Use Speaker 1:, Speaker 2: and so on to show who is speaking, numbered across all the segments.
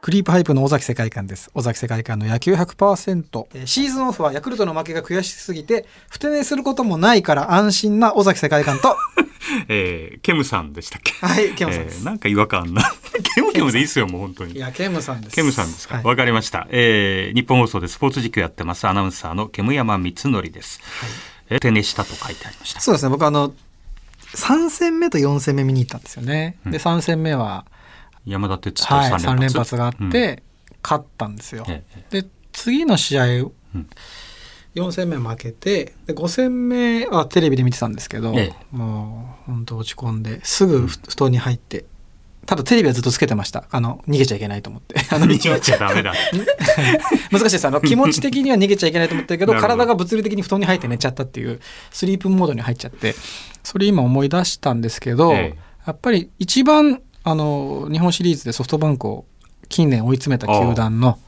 Speaker 1: クリープハイプの尾崎世界観です。尾崎世界観の野球100%。えーシーズンオフはヤクルトの負けが悔しすぎて、不手寝することもないから安心な尾崎世界観 と、
Speaker 2: えーケムさんでしたっけ
Speaker 1: はい、ケムさんです。
Speaker 2: えーなんか違和 感なケムケムでいいっすよもう本当
Speaker 1: い
Speaker 2: に
Speaker 1: や、ケムさんです。
Speaker 2: ケムさんですか
Speaker 1: は
Speaker 2: わ
Speaker 1: い、、
Speaker 2: かりました、えー日本放送でスポーツ実況やってますアナウンサーの煙山光則です、えー手寝したと書いてありました
Speaker 1: そうですね僕あの3戦目と4戦目見に行ったんですよね、
Speaker 2: うん
Speaker 1: で3戦目は、
Speaker 2: 山田哲人
Speaker 1: はい、
Speaker 2: 3
Speaker 1: 3連
Speaker 2: 連
Speaker 1: 発
Speaker 2: 発,うん、
Speaker 1: があって、勝ったんですよ、
Speaker 2: ええ
Speaker 1: で次の試合、
Speaker 2: うん
Speaker 1: 4戦目負けてで5戦目はテレビで見てたんですけど、
Speaker 2: え
Speaker 1: もう本当落ち込んですぐふ布団に入って、ただテレビはずっとつけてましたあの逃げちゃいけないと思って あの
Speaker 2: 見ちゃっちゃダメ だ
Speaker 1: 難しいです あの気持ち的には逃げちゃいけないと思ってるけど
Speaker 2: なるほど
Speaker 1: 体が物理的に布団に入って寝ちゃったっていうスリープモードに入っちゃってそれ今思い出したんですけど、
Speaker 2: ええ
Speaker 1: やっぱり一番あの日本シリーズでソフトバンクを近年追い詰めた球団の、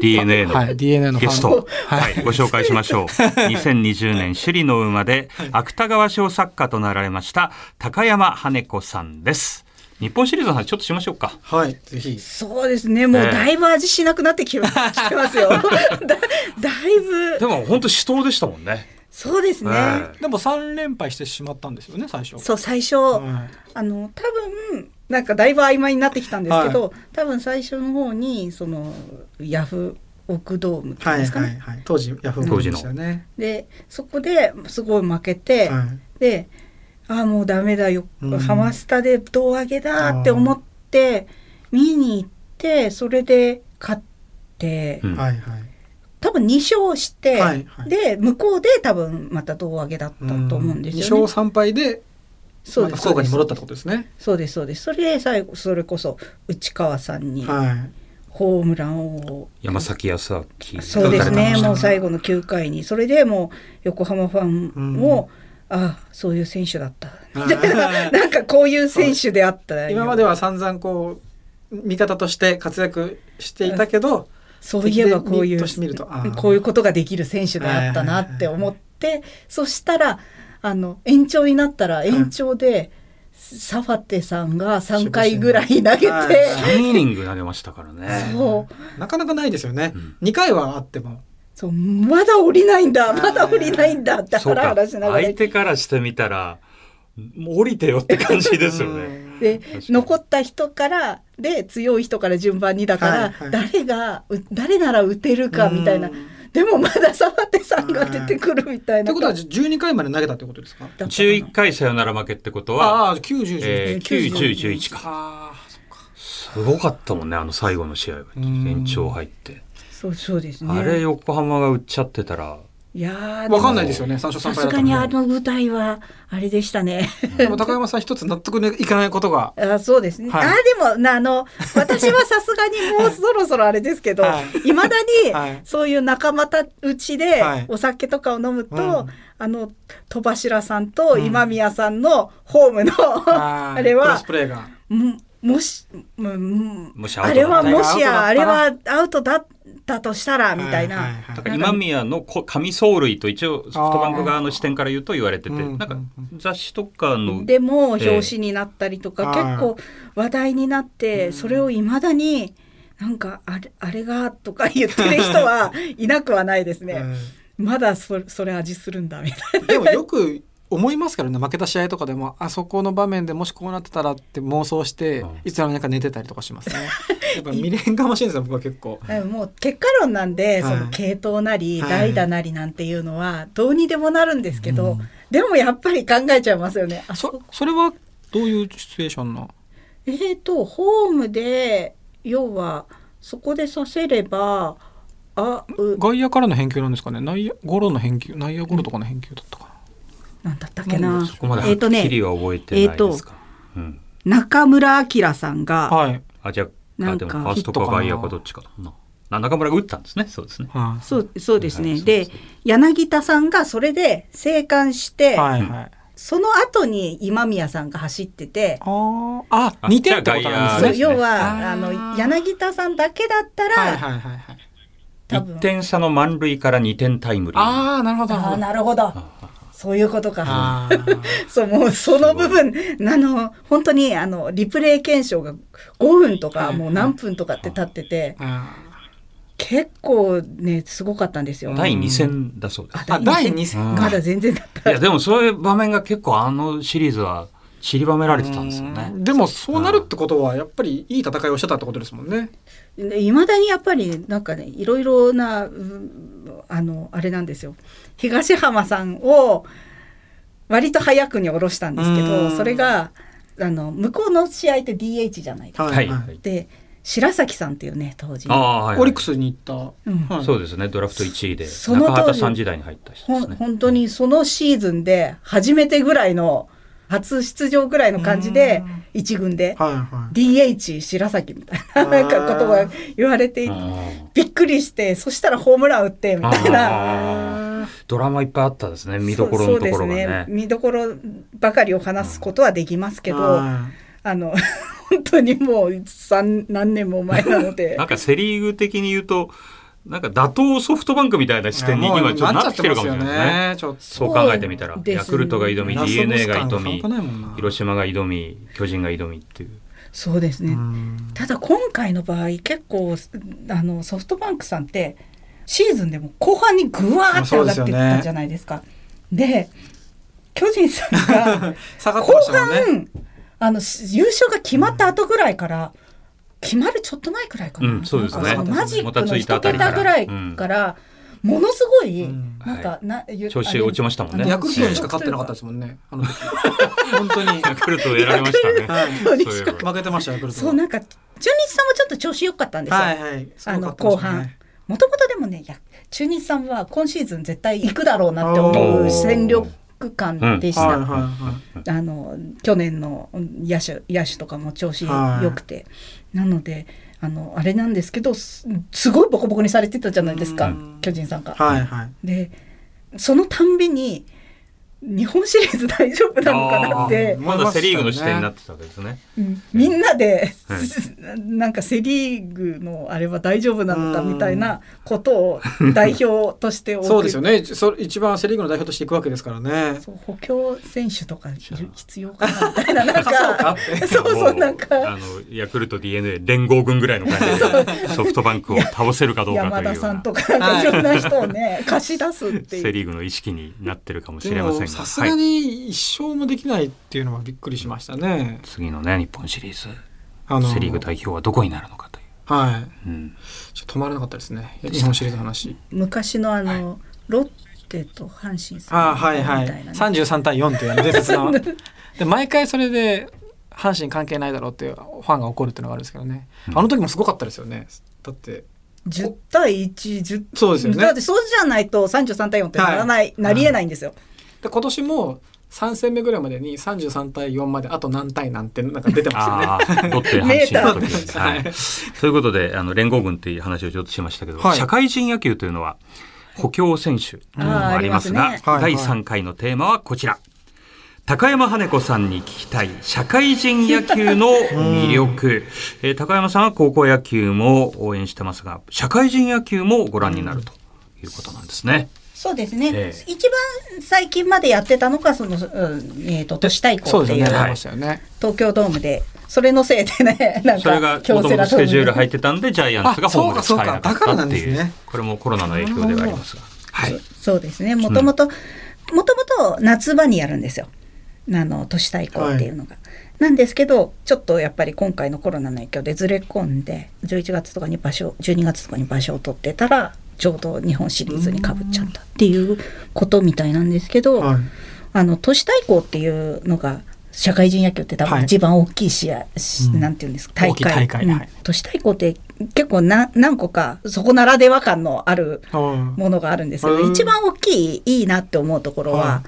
Speaker 2: DNA の、
Speaker 1: はい、d n a のファン
Speaker 2: ゲスト、
Speaker 1: はい
Speaker 2: はい、ご紹介しま しょう。2020年首里の馬で芥川賞作家となられました高山羽子さんです。日本シリーズの話ちょっとしましょうか。
Speaker 1: はい、ぜひ
Speaker 3: そうですね。もう
Speaker 2: ええ
Speaker 3: だいぶ味しなくなっ てきまきてますよ。 だだいぶ、
Speaker 2: も本当死闘でしたもんね。
Speaker 3: そうですね。
Speaker 1: でも3連敗してしまったんですよね最初
Speaker 3: そう、最初、
Speaker 1: はい
Speaker 3: あの、多分、なんかだいぶ曖昧になってきたんですけど、多分最初の方に、その、ヤフオクドームっていうんですかね。
Speaker 1: はい当時ヤフー
Speaker 2: 当時の
Speaker 1: でしたね、
Speaker 3: で、そこですごい負けて、
Speaker 1: はい
Speaker 3: で、ああ、もうダメだよ、
Speaker 1: うん
Speaker 3: ハマスタで胴上げだって思って、見に行って、それで勝って、
Speaker 2: うん
Speaker 1: はいはい
Speaker 3: 多分2勝して、
Speaker 1: はいはい
Speaker 3: で向こうで多分また胴上げだったと思うんですよ
Speaker 1: 2
Speaker 3: ね。
Speaker 1: 勝3敗で
Speaker 3: そ
Speaker 1: ま
Speaker 3: う
Speaker 1: た
Speaker 3: です
Speaker 1: 福岡に戻ったってことですね
Speaker 3: そうですそうです。それで最後それこそ内川さんに
Speaker 1: はい
Speaker 3: ホームランを、
Speaker 2: 山崎康明。
Speaker 3: そうで
Speaker 1: 打たれ
Speaker 3: すね
Speaker 1: ました
Speaker 3: もう最後の9回にそれでもう横浜ファンも、ああそういう選手だった
Speaker 1: あー
Speaker 3: みたい ななんかこういう選手であったよ
Speaker 1: 今までは散々こう味方として活躍していたけど、
Speaker 3: そういえばこう
Speaker 1: 敵で見
Speaker 3: いう
Speaker 1: としてみるとあー
Speaker 3: こういうことができる選手であったなって思って、そしたらあの延長になったら延長で、サファテさんが3回ぐらい投げて、
Speaker 1: はい
Speaker 2: 3イニング投げましたからね。
Speaker 3: そう
Speaker 1: なかなかないですよね、
Speaker 2: うん
Speaker 1: 2回はあっても
Speaker 3: そうまだ降りないんだまだ降りないんだって
Speaker 2: そうか
Speaker 3: 腹らしながら
Speaker 2: 相手からしてみたら、もう降りてよって感じですよね。
Speaker 3: で
Speaker 2: 確かに
Speaker 3: 残った人からで強い人から順番にだから、
Speaker 1: はいはい
Speaker 3: 誰がう誰なら打てるかみたいな、
Speaker 1: うん
Speaker 3: でもまだサファテさんが出てくるみたい
Speaker 1: っ
Speaker 3: な
Speaker 1: てことは12回まで投げたってことですか
Speaker 3: だったかな
Speaker 2: 11回さよなら負けってこと
Speaker 1: あ
Speaker 2: は、
Speaker 1: あ90、
Speaker 2: えー、9、10、11か。
Speaker 1: ああそっか
Speaker 2: すごかったもんね、あの最後の試合は。
Speaker 1: うん
Speaker 2: 延長入って。
Speaker 3: そうそうですね
Speaker 2: あれ横浜が打っちゃってたら、
Speaker 3: いやー
Speaker 1: わかんないですよね3勝3
Speaker 3: さ
Speaker 1: 敗だ
Speaker 3: す
Speaker 1: った
Speaker 3: が
Speaker 1: ら
Speaker 3: にあの舞台はあれでしたね。
Speaker 1: でも高山さん一つ納得のいかないことが
Speaker 3: あそうですね。
Speaker 1: はい
Speaker 3: あでもなあの私はさすがにもうそろそろあれですけど、、
Speaker 1: はい
Speaker 3: まだ に、
Speaker 1: はい
Speaker 3: そういう仲間たうちで
Speaker 1: はい
Speaker 3: お酒とかを飲むと、
Speaker 1: うん
Speaker 3: あの戸柱さんと今宮さんのホームの、
Speaker 1: あ
Speaker 3: あれ
Speaker 1: クロス
Speaker 3: は
Speaker 1: プレーが
Speaker 3: ももしもも
Speaker 2: もしアウ
Speaker 3: あ
Speaker 2: トだ
Speaker 3: れ
Speaker 2: ったら
Speaker 3: はもしや
Speaker 1: あ
Speaker 3: あ
Speaker 1: れ
Speaker 3: れ
Speaker 1: はア
Speaker 3: はアウトだったとしたらみたいな。
Speaker 1: はいはいはい
Speaker 2: だから今宮のこ神走塁と一応ソフトバンク側の視点から言うと言われてて、
Speaker 1: うん
Speaker 2: なんか雑誌とかの、
Speaker 3: でも表紙になったりとか、
Speaker 1: ええ
Speaker 3: 結構話題になって、
Speaker 1: うん
Speaker 3: それをいまだになんかあれあれがとか言ってる人はいなくはないですね、まだそそれ味するんだみたい
Speaker 1: うんでもよく思いますからね負けた試合とかでもあそこの場面でもしこうなってたらって妄想して、
Speaker 2: うん
Speaker 1: いつの間にか寝てたりとかします ねやっぱ未練がましいんですよ僕は結構
Speaker 3: な、もう結果論なんで、
Speaker 1: はい
Speaker 3: その系統なり
Speaker 1: はい
Speaker 3: 代打なりなんていうのはどうにでもなるんですけど、
Speaker 1: うん
Speaker 3: でもやっぱり考えちゃいますよねあ
Speaker 1: そそれはどういうシチュエーションの
Speaker 3: えー、とホームで要はそこでさせればあう
Speaker 1: 外野からの返球なんですかね内野ゴロの返球内野ゴロとかの返球だったかな、
Speaker 3: なんだったっけな
Speaker 2: そこまでは
Speaker 3: え
Speaker 2: っ
Speaker 3: ーとね
Speaker 2: きりは覚えてないですか。うん、
Speaker 3: 中村明さんが、
Speaker 1: はい、
Speaker 2: あじゃあ
Speaker 3: な
Speaker 2: あ
Speaker 3: ん
Speaker 2: で
Speaker 3: か
Speaker 2: もファーストか外野かどっちかだな。な中村が打ったんですね。そうですね。
Speaker 1: はい
Speaker 3: そうそうです
Speaker 2: はい
Speaker 3: ね。
Speaker 2: そうで、
Speaker 3: です柳田さんがそれで生還して、
Speaker 1: はいはい
Speaker 3: その後に今宮さんが走ってて、
Speaker 1: あああ
Speaker 2: あ
Speaker 1: 似てるってことなん
Speaker 2: あ
Speaker 1: です
Speaker 3: そう
Speaker 1: ね
Speaker 2: じゃ
Speaker 3: 要
Speaker 1: あー
Speaker 3: はあの柳田さんだけだったら、
Speaker 1: はいはいはいはい
Speaker 3: 多分
Speaker 2: 一点差の満塁から二点タイムリー。
Speaker 1: ああなるほどなる
Speaker 3: あ
Speaker 1: ほ
Speaker 3: あ
Speaker 1: ど
Speaker 3: なるほど。そういうことか。
Speaker 1: あー
Speaker 3: そう、もうその部分、あの、本当に、あの、リプレイ検証が5分と
Speaker 1: は
Speaker 3: か、
Speaker 1: い
Speaker 3: もう何分とかって経ってて、
Speaker 1: あ
Speaker 3: 結構ね、すごかったんですよ。
Speaker 2: 第2戦だそうです。
Speaker 1: ー。あ、第2戦
Speaker 3: ま
Speaker 1: か。
Speaker 3: だ全然だった。
Speaker 2: いやでもそういう場面が結構あのシリーズは散りばめられてたんですよね。
Speaker 1: でもそうなるってことはやっぱりいい戦いをしてたってことですもんね。
Speaker 3: いまだにやっぱりなんかねいろいろなうんあのあれなんですよ東浜さんを割と早くに下ろしたんですけ
Speaker 1: う
Speaker 3: ど
Speaker 1: ん
Speaker 3: それがあの向こうの試合って DH じゃないですか。
Speaker 2: はい。
Speaker 3: で白崎さんっていうね当時
Speaker 2: ああはい。
Speaker 1: オリックスに行っ
Speaker 3: うん
Speaker 1: た。はい
Speaker 2: そうですねドラフト1位で
Speaker 3: その通り
Speaker 2: 中畑さん時代に入った人
Speaker 3: ほ
Speaker 2: で
Speaker 3: ん
Speaker 2: すね。
Speaker 3: 本当にそのシーズンで初めてぐらいの初出場ぐらいの感じで一軍で
Speaker 1: はいは
Speaker 3: DH 白崎みたいななんかことが言われていて
Speaker 2: うん
Speaker 3: びっくりしてそしたらホームラン打ってみたい
Speaker 2: あ
Speaker 3: な。
Speaker 2: ードラマいっぱいあったですね見どころのところが
Speaker 3: そうそうで
Speaker 2: ね
Speaker 3: す。見どころばかりを話すことはできます
Speaker 1: い。
Speaker 3: けど、
Speaker 1: はい
Speaker 3: あの 本当にもう三何年も前な ので
Speaker 2: なんかセ・リーグ的に言うとなんか打倒ソフトバンクみたいな視点に今ちょっとなってきてるかもしれないですね。
Speaker 1: ちょっと
Speaker 2: そう考えてみたら、
Speaker 3: そうですね
Speaker 2: ヤクルトが挑み、
Speaker 1: ラスボス
Speaker 2: DNA が
Speaker 1: 感
Speaker 2: 挑
Speaker 1: 半端
Speaker 2: み、
Speaker 1: ないもんな
Speaker 2: 広島が挑み、巨人が挑みっていう。
Speaker 3: そうですね、
Speaker 1: うん
Speaker 3: ただ今回の場合結構あのソフトバンクさんってシーズンでも後半にぐわーって上がってったじゃないですか。で巨人さんが
Speaker 1: 下がって
Speaker 3: 後
Speaker 1: ましたもんね。
Speaker 3: 半、あのし優勝が決まった後ぐらいから、決まるちょっと前くらいかな、
Speaker 2: うんそうです
Speaker 1: ね
Speaker 3: なんかそのマジックの
Speaker 2: もたついたあ
Speaker 3: 一
Speaker 2: たりから
Speaker 3: 桁ぐらいから、ものすごい、
Speaker 1: うん
Speaker 3: なんか、なゆ
Speaker 2: 調子落ちましたもんね
Speaker 3: あの
Speaker 1: ヤクルトにしか勝ってなかったですもんね。あの時本当に。
Speaker 2: ヤクルトを得られましたね。
Speaker 1: はい
Speaker 3: ヤクルトにし
Speaker 2: そうい
Speaker 3: か
Speaker 2: えば
Speaker 1: 負けてました、ヤクルトは。
Speaker 3: そうなんか中日さんもちょっと調子良かったんですよ。
Speaker 1: はいはい。
Speaker 3: あの後半もともとでもねや中日さんは今シーズン絶対行くだろうなって思
Speaker 1: お
Speaker 3: う
Speaker 1: ー
Speaker 3: 戦力感でし
Speaker 1: はい
Speaker 3: た、
Speaker 1: はいは
Speaker 3: あの去年のうん野手野手とかも調子良くて、なのであのあれなんですけどすすごいボコボコにされてたじゃないです
Speaker 1: う
Speaker 3: か
Speaker 1: ん
Speaker 3: 巨人さんが。
Speaker 1: い。はいはい。
Speaker 3: でそのたんびに日本シリーズ大丈夫なのかなって
Speaker 1: あ、
Speaker 2: まだセ・リーグの視点になってたわけですね。
Speaker 3: うんみんなで、
Speaker 2: は
Speaker 3: なんかセ・リーグのあれは大丈夫なのかみたいなことを代表としてお
Speaker 1: そうですよね。そ一番セ・リーグの代表としていくわけですからね。
Speaker 3: そう補強選手とかいる必要かなみたいなな
Speaker 1: そう
Speaker 3: ん
Speaker 1: か
Speaker 3: か そうそうなん
Speaker 2: もう
Speaker 3: か
Speaker 2: あの、ヤクルト DNA 連合軍ぐらいの感じで、ソフトバンクを倒せるかどうかとい
Speaker 3: 山
Speaker 2: うよ
Speaker 3: 田
Speaker 2: う
Speaker 3: さん
Speaker 2: な
Speaker 3: と、かなんかいろんな人をね貸し出すってい
Speaker 2: セ・
Speaker 3: う。
Speaker 2: リーグの意識になってるかもし
Speaker 1: で
Speaker 2: れませ
Speaker 1: も
Speaker 2: んが、
Speaker 1: さすが
Speaker 2: はい
Speaker 1: に一勝もできないっていうのはびっくりしましたね。
Speaker 2: 次のね、日本シリーズ、
Speaker 1: あの
Speaker 2: セ・リーグ代表はどこになるのかという。
Speaker 1: はい。
Speaker 2: うん
Speaker 1: ちょっと止まらなかったですね。日本シリーズの話。
Speaker 3: 昔のあの、ロッテと阪神さん
Speaker 1: ああはいは
Speaker 3: みた
Speaker 1: い
Speaker 3: いな、ね
Speaker 1: 三十三対四と いうあの伝説 ので毎回それで阪神関係ないだろうっていうファンが怒るっていうのがあるんですけどね、
Speaker 2: うん
Speaker 1: あの時もすごかったですよねだって
Speaker 3: 10対1 10
Speaker 1: そうですよね
Speaker 3: だってそうじゃないと33対4ってならない、
Speaker 1: はい
Speaker 3: なりえないんですよ。
Speaker 1: で今年も3戦目ぐらいまでに33対4まであと何対何ってなんか出てますよね。
Speaker 2: ああ、ロッテ阪
Speaker 3: メータ
Speaker 2: 神
Speaker 3: ー
Speaker 2: の時です。
Speaker 1: は
Speaker 2: はいい。ということで、あの連合軍という話をちょっとしましたけど、
Speaker 1: はい
Speaker 2: 社会人野球というのは補強選手というのもありますが、
Speaker 3: あーあります
Speaker 1: ねはいはい
Speaker 2: 第3回のテーマはこちら。高山羽子さんに聞きたい社会人野球の魅力、えー高山さんは高校野球も応援してますが社会人野球もご覧になるということなんですね。
Speaker 3: そうですね、
Speaker 2: ええ
Speaker 3: 一番最近までやってたのがその、うんえー、と都市対
Speaker 1: そ
Speaker 3: 抗
Speaker 1: う
Speaker 3: っ
Speaker 1: で
Speaker 3: て
Speaker 1: す
Speaker 3: いう
Speaker 1: よね。
Speaker 2: はい
Speaker 1: ありましたよね。
Speaker 3: 東京ドームでそれのせいでねなん
Speaker 2: それが
Speaker 3: か
Speaker 2: もともとスケジュール入ってたんでジャイアンツがホームで
Speaker 1: あそ
Speaker 2: 使
Speaker 1: う
Speaker 2: え
Speaker 1: かそう
Speaker 2: な
Speaker 1: か
Speaker 2: か
Speaker 1: だ
Speaker 2: ったってい
Speaker 1: からなんです
Speaker 2: う
Speaker 1: ね
Speaker 2: これもコロナの影響ではありますが。はい、
Speaker 3: そうですね。もともと、もともと夏場にやるんですよ。あの、都市対抗っていうのが。なんですけど、ちょっとやっぱり今回のコロナの影響でずれ込んで、11月とかに場所、12月とかに場所を取ってたら、ちょうど日本シリーズにかぶっちゃったっていうことみたいなんですけど、
Speaker 1: はい
Speaker 3: あの、都市対抗っていうのが、社会人野球って多
Speaker 1: は
Speaker 3: 分
Speaker 1: い
Speaker 3: 一番大きい試合、し
Speaker 1: うん
Speaker 3: なんていうんですか、
Speaker 1: 大きい大会
Speaker 3: うん
Speaker 1: はい
Speaker 3: 都市対抗って結構な何個か、そこならでは感のある
Speaker 1: うん
Speaker 3: ものがあるんですけど、
Speaker 1: うん
Speaker 3: 一番大きいいいなって思うところは、
Speaker 1: は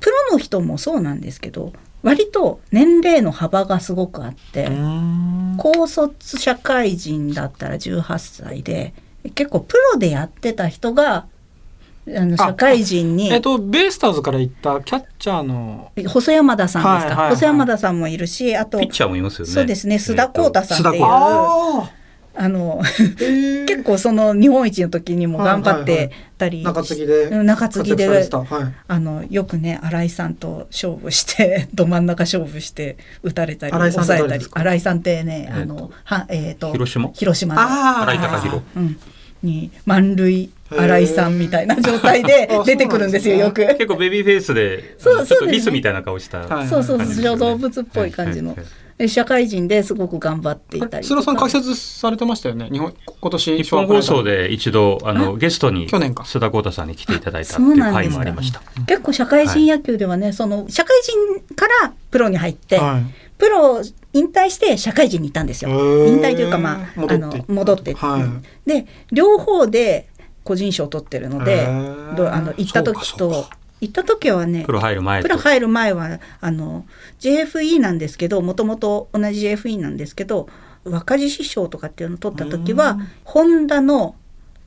Speaker 3: プロの人もそうなんですけど割と年齢の幅がすごくあって、
Speaker 1: うーん
Speaker 3: 高卒社会人だったら18歳で結構プロでやってた人があの
Speaker 1: あ
Speaker 3: 社会人に、
Speaker 1: えっとベイスターズから行ったキャッチャーの
Speaker 3: 細山田さんで
Speaker 1: はい
Speaker 3: すか、
Speaker 1: はいはい
Speaker 3: 細山田さんもいるしあと
Speaker 2: ピッチャーもいますよね。
Speaker 3: そうですね須田康太さんっていう
Speaker 2: 須田
Speaker 1: あ
Speaker 2: 康
Speaker 3: あの、
Speaker 1: えー
Speaker 3: 結構その日本一の時にも頑張
Speaker 1: はいは
Speaker 3: っ
Speaker 1: い
Speaker 3: てたり、
Speaker 1: 中継ぎで
Speaker 3: うん中継ぎで
Speaker 1: 活躍されてたはい
Speaker 3: あのよくね新井さんと勝負して ど真ん中勝負して打たれたり
Speaker 1: 新井さんって
Speaker 3: 抑えた
Speaker 1: 誰で
Speaker 3: り
Speaker 1: すか
Speaker 3: 新井さんってねあ
Speaker 2: えー
Speaker 3: のはえーと
Speaker 2: 広島
Speaker 3: 広島の
Speaker 1: あー
Speaker 2: 新井貴弘
Speaker 3: うん、に満塁
Speaker 1: へー
Speaker 3: 新井さんみたいな状態で
Speaker 1: あ
Speaker 3: 出てくるんですよ
Speaker 1: そうな
Speaker 3: よ
Speaker 1: んで
Speaker 3: く。
Speaker 2: 結構ベビーフェイスで、
Speaker 3: そう
Speaker 2: あのちょっ
Speaker 3: そ
Speaker 2: と
Speaker 3: うですね
Speaker 2: リスみたいな顔した。
Speaker 1: はい
Speaker 3: そうそう
Speaker 2: 感じです
Speaker 3: そ
Speaker 2: よ
Speaker 3: う
Speaker 2: ね
Speaker 3: 小動物っぽい感じの
Speaker 2: はいはいは
Speaker 3: で社会人ですごく頑張ってい
Speaker 4: あ
Speaker 3: た
Speaker 4: れ
Speaker 3: り
Speaker 4: それ
Speaker 3: と
Speaker 4: はその
Speaker 3: か
Speaker 4: 解説されてましたよね日本今年
Speaker 2: 日本放送で一度あのゲストに
Speaker 4: 去年か
Speaker 2: 須田光太さんに来ていただいたって
Speaker 3: そう
Speaker 2: いう
Speaker 3: なん
Speaker 2: 回
Speaker 3: です
Speaker 2: も
Speaker 3: か
Speaker 2: ありました。
Speaker 3: 結構社会人野球ではね、その社会人からプロに入って、
Speaker 1: はい
Speaker 3: プロ引退して社会人に行ったんですよ。
Speaker 1: へー
Speaker 3: 引退というかまあ
Speaker 1: 戻って
Speaker 3: あ
Speaker 1: いっ
Speaker 3: の
Speaker 1: た
Speaker 3: 戻ってって、
Speaker 1: はい
Speaker 3: うんで両方で個人賞を取ってるの
Speaker 1: へ
Speaker 3: で
Speaker 1: ー
Speaker 3: どうあの行った時
Speaker 1: そうかそう
Speaker 3: と行った時はね
Speaker 2: プロ入る前
Speaker 3: プ
Speaker 2: と
Speaker 3: ロ。入る前はあの JFE なんですけどもともと同じ JFE なんですけど若獅子賞とかっていうのを取った時
Speaker 1: う
Speaker 3: は
Speaker 1: ん
Speaker 3: ホンダの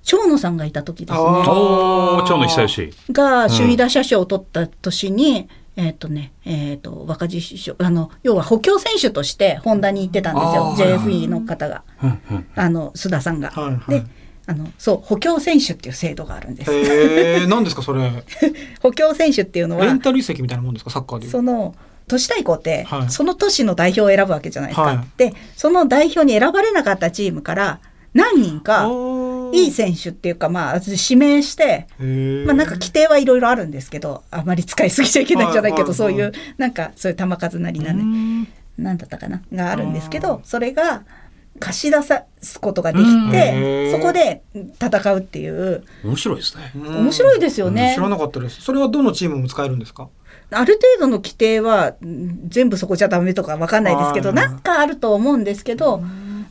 Speaker 3: 長野さんがいた時です
Speaker 1: あ
Speaker 3: ね
Speaker 1: ー
Speaker 2: おー、長野久義。
Speaker 3: が首位打者賞を取った年に、えっ、とね、えっ、と、若獅子賞、あの、要は補強選手としてホンダに行ってたんですよ。JFE の方が、
Speaker 2: うんうん
Speaker 3: あの、須田さんが。
Speaker 1: はいはい
Speaker 3: で、あの、そう、補強選手っていう制度があるんです。
Speaker 1: へえ何ですかそれ
Speaker 3: 補強選手っていうの
Speaker 4: レ
Speaker 3: は
Speaker 4: ン、タル移籍みたいなもんですかサッカーでいう
Speaker 3: その、都市対抗って、
Speaker 4: はい
Speaker 3: その都市の代表を選ぶわけじゃないですか。
Speaker 4: はい
Speaker 3: で、その代表に選ばれなかったチームから、何人か、いい選手っていうか、まあ、指名して、
Speaker 1: へえ
Speaker 3: まあなんか規定はいろいろあるんですけどあまり使いすぎちゃいけないんじゃないけど、
Speaker 1: はい
Speaker 3: そうい
Speaker 1: は
Speaker 3: うなんかそういう球数なりなね、なんだったかながあるんですけ
Speaker 1: あー
Speaker 3: どそれが貸し出さすことができ
Speaker 2: うん
Speaker 1: へー
Speaker 3: てそこで戦うっていう
Speaker 2: 面白いですね。
Speaker 3: 面白いですすよね
Speaker 1: 知。らなかったですそれはどのチームも使えるんですか
Speaker 3: ある程度の規定はうん全部そこじゃダメとかわかんないですけ
Speaker 1: あ
Speaker 3: ど
Speaker 1: ー
Speaker 3: なんかあると思うんですけど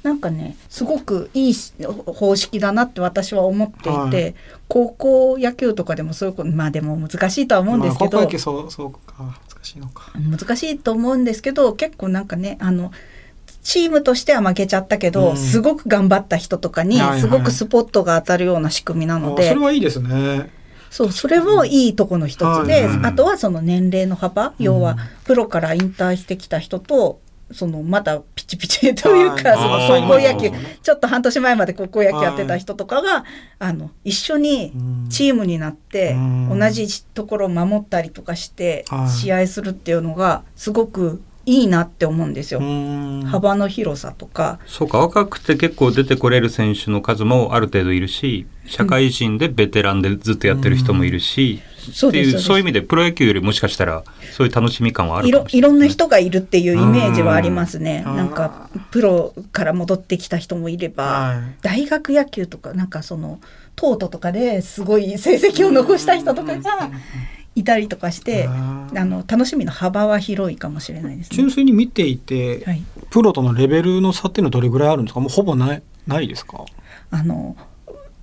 Speaker 3: なんかねすごくいいし方式だなって私は思っていて、
Speaker 1: はい
Speaker 3: 高校野球とかでもそういうことまあでも難しいとは思うんですけど、
Speaker 1: まあ高校野球そうそうか難しいのか
Speaker 3: 難しいと思うんですけど結構なんかねあのチームとしては負けちゃったけど、
Speaker 1: うん
Speaker 3: すごく頑張った人とかに
Speaker 1: はいはい
Speaker 3: すごくスポットが当たるような仕組みな
Speaker 1: あ
Speaker 3: の
Speaker 1: そ
Speaker 3: で、
Speaker 1: れはいいですね
Speaker 3: そうそれもいいとこの一つで、
Speaker 1: はいはい
Speaker 3: あとはその年齢の幅、要はプロから引退してきた人とそのまたピチピチという
Speaker 1: は
Speaker 3: か
Speaker 1: い
Speaker 3: その
Speaker 2: あー
Speaker 3: 高校野
Speaker 1: そう
Speaker 3: 球
Speaker 1: いうのもね
Speaker 3: ちょっと半年前まで高校野球やってた人とかが、あの一緒にチームになって
Speaker 1: うん
Speaker 3: 同じところを守ったりとかして
Speaker 1: はい
Speaker 3: 試合するっていうのがすごくいいなって思うんですよ。
Speaker 1: うん
Speaker 3: 幅の広さとか
Speaker 2: そうか、若くて結構出てこれる選手の数もある程度いるし、社会人でベテランでずっとやってる人もいるし、
Speaker 3: そ
Speaker 2: っ
Speaker 3: う
Speaker 2: て
Speaker 3: で
Speaker 2: い
Speaker 3: す
Speaker 2: う、
Speaker 3: そ
Speaker 2: そううい
Speaker 3: で
Speaker 2: う意味でプロ野球よりもしかしたら、そういう楽しみ感はあ
Speaker 3: すい
Speaker 2: るか
Speaker 3: ろ
Speaker 2: もしれ
Speaker 3: い
Speaker 2: な
Speaker 3: ろ
Speaker 2: い
Speaker 3: んな
Speaker 2: ですね。
Speaker 3: 人がいるっていうイメージはありますね。
Speaker 1: うん
Speaker 3: なんかプロから戻ってきた人もいれば、
Speaker 1: はい
Speaker 3: 大学野球とかなんかそのトートとかですごい成績を残した人とかがいたりとかして、
Speaker 1: あー
Speaker 3: あの楽しみの幅は広いかもしれないですね
Speaker 1: 純。粋に見ていて、
Speaker 3: はい、
Speaker 1: プロとのレベルの差っていうのはどれぐらいあるんですかもうほぼないないですか
Speaker 3: あの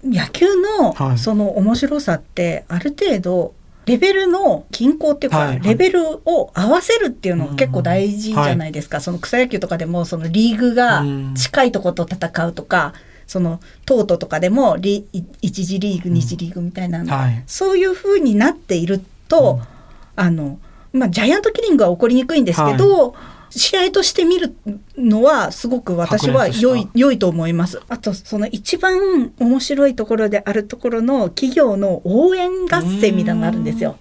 Speaker 3: 野球
Speaker 1: は
Speaker 3: の
Speaker 1: い
Speaker 3: その面白さってある程度レベルの均衡っていうか、
Speaker 1: はいはい
Speaker 3: レベルを合わせるっていうのが結構大事じゃないですか、その草野球とかでもそのリーグが
Speaker 1: うん
Speaker 3: 近いとこと戦うとか、そのトートとかでもリ1次リーグ2次リーグみたいなの
Speaker 1: はい
Speaker 3: そういう風になっていると、あのまあ、ジャイアントキリングは起こりにくいんですけど、試合として見るのはすごく私は良
Speaker 1: 白熱し
Speaker 3: い
Speaker 1: た
Speaker 3: 良いと思います。あとその一番面白いところであるところの企業の応援合戦みたいなのがあるんですよ。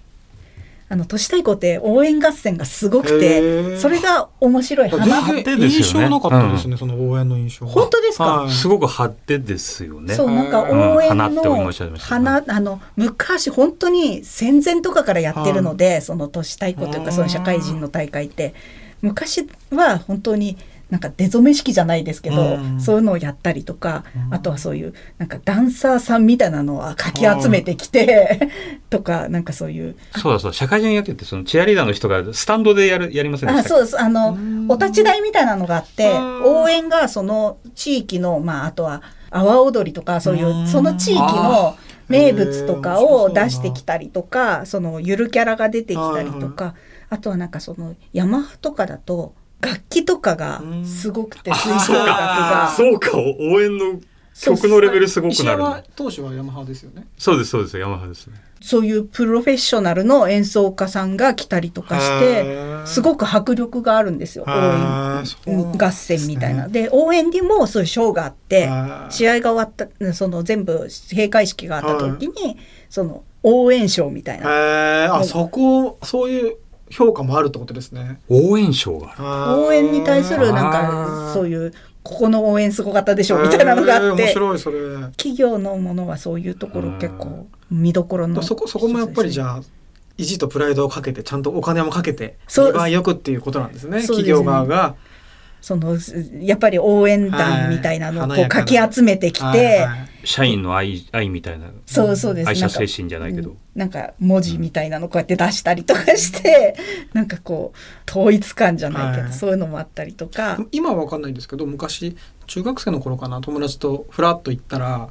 Speaker 3: あの都市対抗って応援合戦がすごく
Speaker 1: へ
Speaker 3: て
Speaker 1: ー
Speaker 3: それが面白い
Speaker 1: 全
Speaker 3: 花
Speaker 2: 派手
Speaker 1: 然
Speaker 2: ですよね
Speaker 1: 印象なかったですね、その応援の印象が
Speaker 3: 本当ですか
Speaker 1: はい
Speaker 2: すごく派手ですよね。
Speaker 3: そうなんか
Speaker 2: うん
Speaker 3: 応援
Speaker 2: 花っておっ
Speaker 3: の
Speaker 2: しゃってました
Speaker 3: 花あの昔本当に戦前とかからやってるのでその都市対抗という
Speaker 1: う
Speaker 3: か
Speaker 1: ん
Speaker 3: その社会人の大会って昔は本当になんか出初め式じゃないですけど
Speaker 1: うん
Speaker 3: そういうのをやったりとかあとはそういうなんかダンサーさんみたいなのをかき集めてきて とかなんかそういう
Speaker 2: そうだそうだ、社会人野球ってそのチアリーダーの人がスタンドでやるやりませんでしたっ
Speaker 3: あ
Speaker 2: け
Speaker 3: そうですあのお立ち台みたいなのがあって
Speaker 1: うん
Speaker 3: 応援がその地域のまああとは阿波踊りとかそういううんその地域の名物とか
Speaker 1: へー面白そう
Speaker 3: を
Speaker 1: だな
Speaker 3: 出してきたりとかそのゆるキャラが出てきたりと
Speaker 1: はい
Speaker 3: かあとはなんかその山とかだと楽器とかがすごくて吹奏楽
Speaker 1: あ
Speaker 3: が
Speaker 2: そうか、応援の曲のレベルすごく
Speaker 1: 石
Speaker 2: なる
Speaker 1: 山
Speaker 2: の。
Speaker 1: 投手はヤマハですよね。
Speaker 2: そうです、そうです。ヤマハですね。
Speaker 3: そういうプロフェッショナルの演奏家さんが来たりとかして、すごく迫力があるんですよ。応
Speaker 5: あーそうなんです
Speaker 3: 援
Speaker 5: ね
Speaker 3: 合戦みたいな。で、応援にもそういうショーがあって、試合が終わった、その全部閉会式があった時に、その応援ショーみたいな。
Speaker 1: え
Speaker 3: は
Speaker 1: あ
Speaker 3: い
Speaker 1: そこそういう評価もあるってことですね。
Speaker 2: 応援賞がある。
Speaker 1: 応
Speaker 3: 応援に対するなん
Speaker 2: あ
Speaker 3: か
Speaker 2: ー
Speaker 3: そういうここの応援すごかったでしょみたいなのがあっ
Speaker 1: 面
Speaker 3: て
Speaker 1: 白いそれ。だか
Speaker 3: 企業のものはそういうところ結構見どころの
Speaker 1: らそこそこもやっぱりじゃ
Speaker 3: あ
Speaker 1: あ意地とプライドをかけてちゃんとお金もかけて
Speaker 3: そう
Speaker 1: 2倍よくっていうことなんですね。
Speaker 3: そうで
Speaker 1: 企
Speaker 3: すね
Speaker 1: 業側が。
Speaker 3: そのやっぱり応援団みたいなのを
Speaker 1: はい
Speaker 3: こうかき集めてきて、
Speaker 1: はいはい
Speaker 2: 社員の愛、愛みたいな。
Speaker 3: そうそうです
Speaker 2: 愛社
Speaker 3: なんか
Speaker 2: 精神じゃないけ
Speaker 3: う
Speaker 2: ど
Speaker 3: ん。なんか文字みたいなのこうやって出したりとかして、なんかこう統一感じゃないけど、
Speaker 1: はい
Speaker 3: そういうのもあったりとか
Speaker 1: 今は分かんないんですけど昔中学生の頃かな友達とフラッと行ったら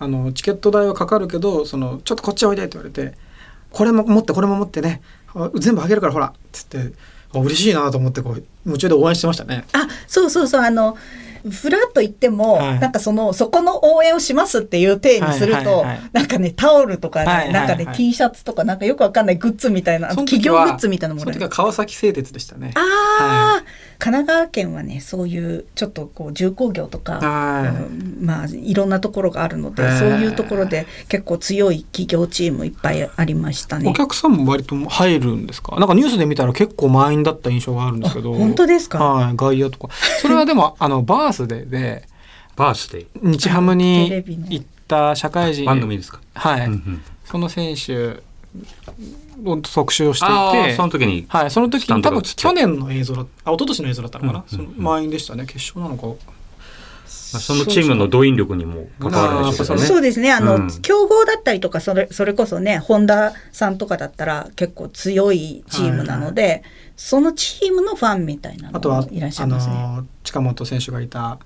Speaker 1: あのチケット代はかかるけどそのちょっとこっちおいでって言われて「これも持ってこれも持ってねあ全部あげるからほら」っつってあ嬉しいなと思ってこう夢中で応援してましたね。
Speaker 3: あそうそうそうあのふらっと言っても、
Speaker 1: はい
Speaker 3: なんかそのそこの応援をしますっていう体にすると、
Speaker 1: はいはいはい
Speaker 3: なんかねタオルとか、ね
Speaker 1: はいはいはい
Speaker 3: なんかね T シャツとかなんかよくわかんないグッズみたいなあの
Speaker 1: その
Speaker 3: 企
Speaker 1: 時
Speaker 3: 業グ
Speaker 1: は
Speaker 3: ッズみたいなのも
Speaker 1: その
Speaker 3: らえ
Speaker 1: 時
Speaker 3: る
Speaker 1: は川崎製鉄でしたね。
Speaker 3: ああ、
Speaker 1: は
Speaker 3: 神奈川県はねそういうちょっとこう重工業とか、
Speaker 1: は
Speaker 3: うんまあいろんなところがあるので、
Speaker 1: へー
Speaker 3: そういうところで結構強い企業チームいっぱいありました
Speaker 1: い。お
Speaker 3: ね。
Speaker 1: 客さんも割と入るんですかなんかニュースで見たら結構満員だった印象があるんですけど。
Speaker 3: 本当ですか
Speaker 1: はい、外野とか。それはでも、あの、バースデーで、
Speaker 2: バースデ
Speaker 1: 日ハム
Speaker 3: テレビ
Speaker 1: に
Speaker 3: の
Speaker 1: 行った社会人
Speaker 2: ー。番組ですか。
Speaker 1: はい、
Speaker 2: うんうん
Speaker 1: その選手を特集をして
Speaker 2: あ
Speaker 1: い
Speaker 2: ー
Speaker 1: て
Speaker 2: その時に。
Speaker 1: はい、その時
Speaker 2: スタン
Speaker 1: に
Speaker 2: ド
Speaker 1: 多
Speaker 2: が映っ
Speaker 1: 分
Speaker 2: て
Speaker 1: 去年の映像だあ一昨年の映像だったのかな、
Speaker 2: うんうんうん
Speaker 1: その満員でしたね決勝なのか
Speaker 2: まあそのチームの動員力にも関わるでしょう
Speaker 1: そう
Speaker 2: から
Speaker 1: で
Speaker 2: ね
Speaker 1: す
Speaker 3: そうですねあの、
Speaker 2: うん
Speaker 3: 強豪だったりとかそれそれこそね本田さんとかだったら結構強いチームなので、そのチームのファンみたいな
Speaker 1: あ
Speaker 3: の
Speaker 1: とは
Speaker 3: もいらっしゃ
Speaker 1: あ
Speaker 3: いますね。
Speaker 1: のー近本選手がいた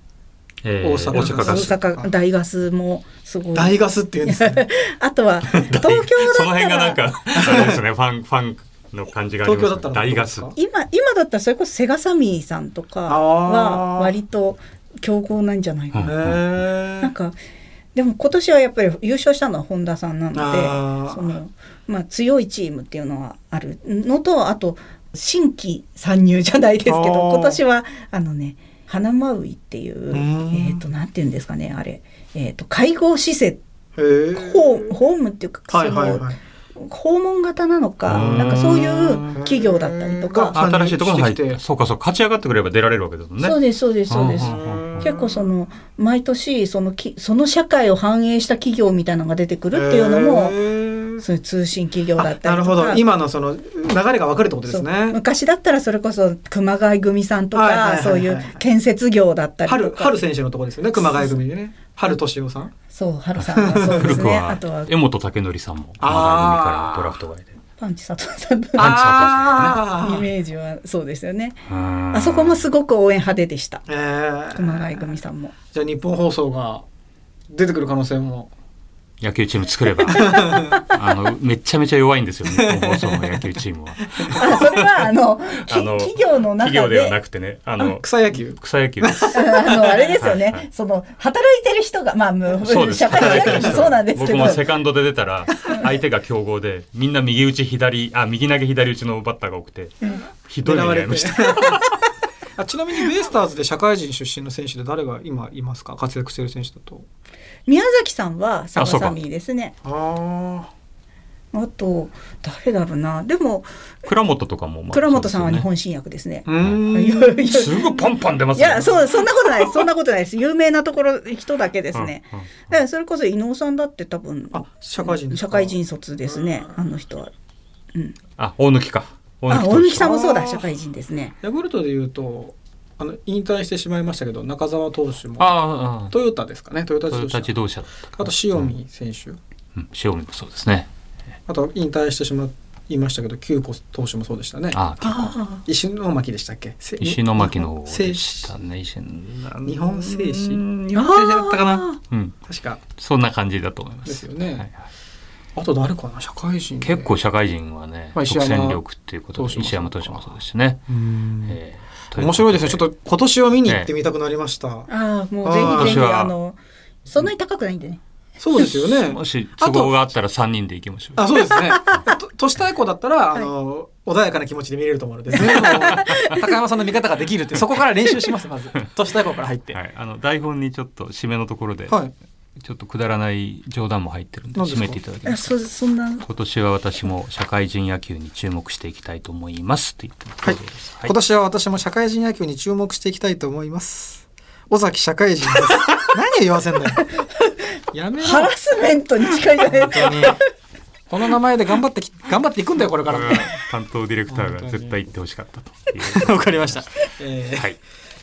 Speaker 2: えー
Speaker 1: 大阪
Speaker 2: 大阪ガス。
Speaker 3: 大阪大ガスもすごい。
Speaker 1: 大ガスっていうんですね
Speaker 3: あ とは東京だ
Speaker 2: その
Speaker 3: った
Speaker 2: 辺がなん
Speaker 3: ら
Speaker 2: か、あれですね、ファン、ファンの感じがありま
Speaker 1: 東
Speaker 2: す、ね。
Speaker 1: 京だったら
Speaker 2: 大ガス
Speaker 1: どう。で
Speaker 3: 今今だったらそれこそセガサミーさんとかは
Speaker 1: あー
Speaker 3: 割と強豪なんじゃないか
Speaker 2: う
Speaker 3: な。
Speaker 2: ん
Speaker 1: へ
Speaker 3: な
Speaker 1: ー
Speaker 3: んかでも今年はやっぱり優勝したのは本田さんなの
Speaker 1: あ
Speaker 3: で
Speaker 1: ー
Speaker 3: その、まあ、強いチームっていうのはあるのとあと新規参入じゃないですけど
Speaker 1: あー
Speaker 3: 今年はあのね花マウイっていう
Speaker 1: うーん
Speaker 3: えっ、となんていうんですかねあれ、えー、と介護施設
Speaker 1: へー
Speaker 3: ホームホームっていうか、
Speaker 1: はいはい
Speaker 3: そ
Speaker 1: はい
Speaker 3: の訪問型なのか
Speaker 2: うーん
Speaker 3: なんかそういう企業だったりと
Speaker 1: う
Speaker 3: か
Speaker 1: ん
Speaker 2: 新しいところに入っ
Speaker 1: して
Speaker 2: て、
Speaker 1: きて
Speaker 2: そうかそう、勝ち上がってくれば出られるわけですもんね。
Speaker 3: そうですそうですそうです
Speaker 2: ん。んうん
Speaker 3: 結構その毎年そのきその社会を反映した企業みたいなのが出てくるっていうのも
Speaker 1: へ、ー
Speaker 3: そういう通信企業だ
Speaker 1: あ
Speaker 3: った
Speaker 1: な
Speaker 3: り
Speaker 1: る
Speaker 3: と
Speaker 1: ほ
Speaker 3: か
Speaker 1: ど今のその流れが分かるってことです
Speaker 3: そう
Speaker 1: ね
Speaker 3: 昔だったらそれこそ熊谷組さんとか、
Speaker 1: はいはいはいはい
Speaker 3: そういう建設業だったりと
Speaker 1: 春
Speaker 3: か
Speaker 1: 春選手のとこですよね熊谷組でね春敏夫さん
Speaker 3: そう春さんはそうで
Speaker 2: 古
Speaker 3: す
Speaker 2: く
Speaker 3: ね
Speaker 2: は
Speaker 3: あとは
Speaker 2: 江本武則さんも、
Speaker 1: あー
Speaker 2: あの番組からドラフト外で。
Speaker 3: パンチ佐藤さん
Speaker 2: パ
Speaker 3: の
Speaker 2: ンチ佐
Speaker 1: あ
Speaker 3: イメージはそうですよね
Speaker 2: 藤さん。
Speaker 3: あそこもすごく応援派手でした
Speaker 1: えー
Speaker 3: 熊谷組さんも
Speaker 1: じゃあ日本放送が出てくる可能性も
Speaker 2: 野球チーム作れ ばあのめちゃめちゃ弱いんですよ日本放送の野球チームは
Speaker 3: あそれはあのき
Speaker 2: あの
Speaker 3: 企業の中
Speaker 2: 企
Speaker 3: で
Speaker 2: 業ではなくてねあの
Speaker 1: 草野球
Speaker 2: 草野球です
Speaker 3: あの、あれですよ
Speaker 2: はいは
Speaker 3: ね
Speaker 2: い。
Speaker 3: その、働いてる人が、まあ、む
Speaker 2: そうです
Speaker 3: 社会人もそうなんですけど、
Speaker 2: 僕も
Speaker 3: そ
Speaker 2: セカンドで出たら相手が強豪でみんな右打ち左あ右投げ左打ちのバッターが多くてひどい目
Speaker 1: 狙
Speaker 2: に
Speaker 1: わ
Speaker 2: 遭
Speaker 1: れ
Speaker 2: い
Speaker 1: て
Speaker 2: ました。
Speaker 1: あちなみにベイスターズで社会人出身の選手で誰が今いますか活躍してる選手だと
Speaker 3: 宮崎さんは、サバ
Speaker 2: そうか
Speaker 3: サミーですね。
Speaker 1: あ
Speaker 3: あと、誰だろうな。でも、
Speaker 2: 倉本とかも、まあ
Speaker 3: 倉本さんは日
Speaker 2: そう
Speaker 3: 本新薬ですね
Speaker 1: う。ーん
Speaker 3: いやいや
Speaker 2: ですよねすごいパンパン出ま
Speaker 3: い
Speaker 2: すよね
Speaker 3: や、そう、そんなことないです。そんなことないです。有名なところ、人だけですね。
Speaker 2: うんうん
Speaker 3: だから、それこそ伊能さんだって多分、
Speaker 1: あ社会人ですか
Speaker 3: 社会人卒ですね。あの人は。
Speaker 2: あ大貫か大
Speaker 3: あ、大貫さん
Speaker 1: ん
Speaker 3: も
Speaker 1: も
Speaker 3: そ
Speaker 1: そうう
Speaker 3: だ、
Speaker 1: だ
Speaker 3: 社会人ですね。
Speaker 1: ヤクルトでいうとあの引退してしまいましたけど中澤投手も
Speaker 2: あああ
Speaker 1: トヨタですかねトヨタ
Speaker 2: トヨタ
Speaker 1: 自動
Speaker 2: 自
Speaker 1: 車
Speaker 2: 動車だったか
Speaker 1: あと塩見選手
Speaker 2: うん塩見もそうですね
Speaker 1: あと引退してしまいましたけど久子投手もそうでしたね
Speaker 2: ああ
Speaker 3: あ
Speaker 1: 石巻でしたっけせ
Speaker 2: 石巻の方
Speaker 1: せ
Speaker 2: でしたね。石
Speaker 1: 日本製紙
Speaker 2: うん日本製紙だったかな。うん、
Speaker 1: 確か
Speaker 2: そんな感じだと思います。
Speaker 1: ですよね
Speaker 2: はいはい
Speaker 1: あと誰かな社会人で
Speaker 2: 結構社会人はね、
Speaker 1: まあ
Speaker 2: 即
Speaker 1: 石山
Speaker 2: 戦力っていうこと
Speaker 1: 投手もそ
Speaker 2: で
Speaker 1: うか
Speaker 2: 石山投手もそうですしね。
Speaker 1: うん
Speaker 2: えー
Speaker 1: 面白いですね。ちょっ。と今年を見
Speaker 2: に
Speaker 1: に
Speaker 2: 行
Speaker 1: 行
Speaker 2: っ
Speaker 1: ってて
Speaker 2: み
Speaker 1: みたくなりました。
Speaker 3: ああ、もうぜひぜ
Speaker 2: あ
Speaker 3: ひ、
Speaker 2: ー
Speaker 3: あの、そんなに高くないんでね。
Speaker 4: そうですよ ね
Speaker 2: もし都合があったら3人で行きましょう。
Speaker 4: あそうですねと都市対抗だったら、
Speaker 3: い
Speaker 4: あの穏やかな気持ちで見れると思うので全部高山さんの見方ができるってそこから練習しますまず都市対抗から入って、
Speaker 2: はい、あの台本にちょっと締めのところで、
Speaker 4: はい
Speaker 2: ちょっとくだらない冗談も入ってるんで
Speaker 4: 何です
Speaker 2: 締
Speaker 4: か
Speaker 2: めていただき
Speaker 3: あ
Speaker 2: ます。
Speaker 3: そそんな
Speaker 2: 今年は私も社会人野球に注目していきたいと思いますって言ってます。
Speaker 4: はい
Speaker 2: は
Speaker 1: 今年は私も社会人野球に注目していきたいと思います。尾崎社会人です。何を言わせんだよ。やめろ。
Speaker 3: ハラスメントに近いじゃない
Speaker 1: 本当に。この名前で頑張ってき、頑張っていくんだよ、これから
Speaker 2: こ
Speaker 1: も
Speaker 2: れ。は担当ディレクターが絶対言ってほしかったと いう。
Speaker 4: わかりました、えー
Speaker 2: はい。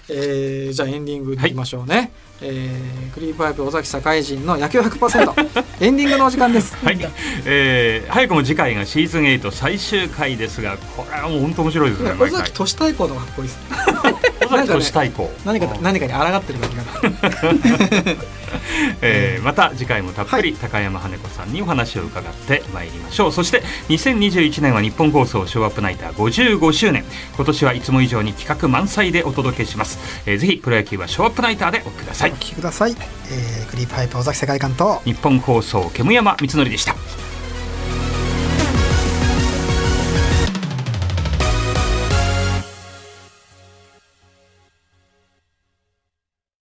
Speaker 4: えーじゃあエンディングいきましょうね、えークリープハイプ尾崎社会人の野球100%エンデ ィングのお時間です
Speaker 2: はい、えー早くも次回がシーズン8最終回ですが、これはもう本当面白いですね。
Speaker 4: 尾
Speaker 2: 毎回
Speaker 4: 崎都市対抗の方がかっこいいですね
Speaker 2: 尾崎都市対抗。
Speaker 4: 何かと何かに抗ってる感じが
Speaker 2: えーまた次回もたっぷり高山羽子さんにお話を伺ってまいりましょうそして2021年は日本放送ショーアップナイター55周年今年はいつも以上に企画満載でお届けします、えーぜひプロ野球はショーアップナイターでお聞きください
Speaker 1: お聞きください。えークリープハイプ尾崎世界観と。
Speaker 2: 日本放送煙山光則でした
Speaker 1: さ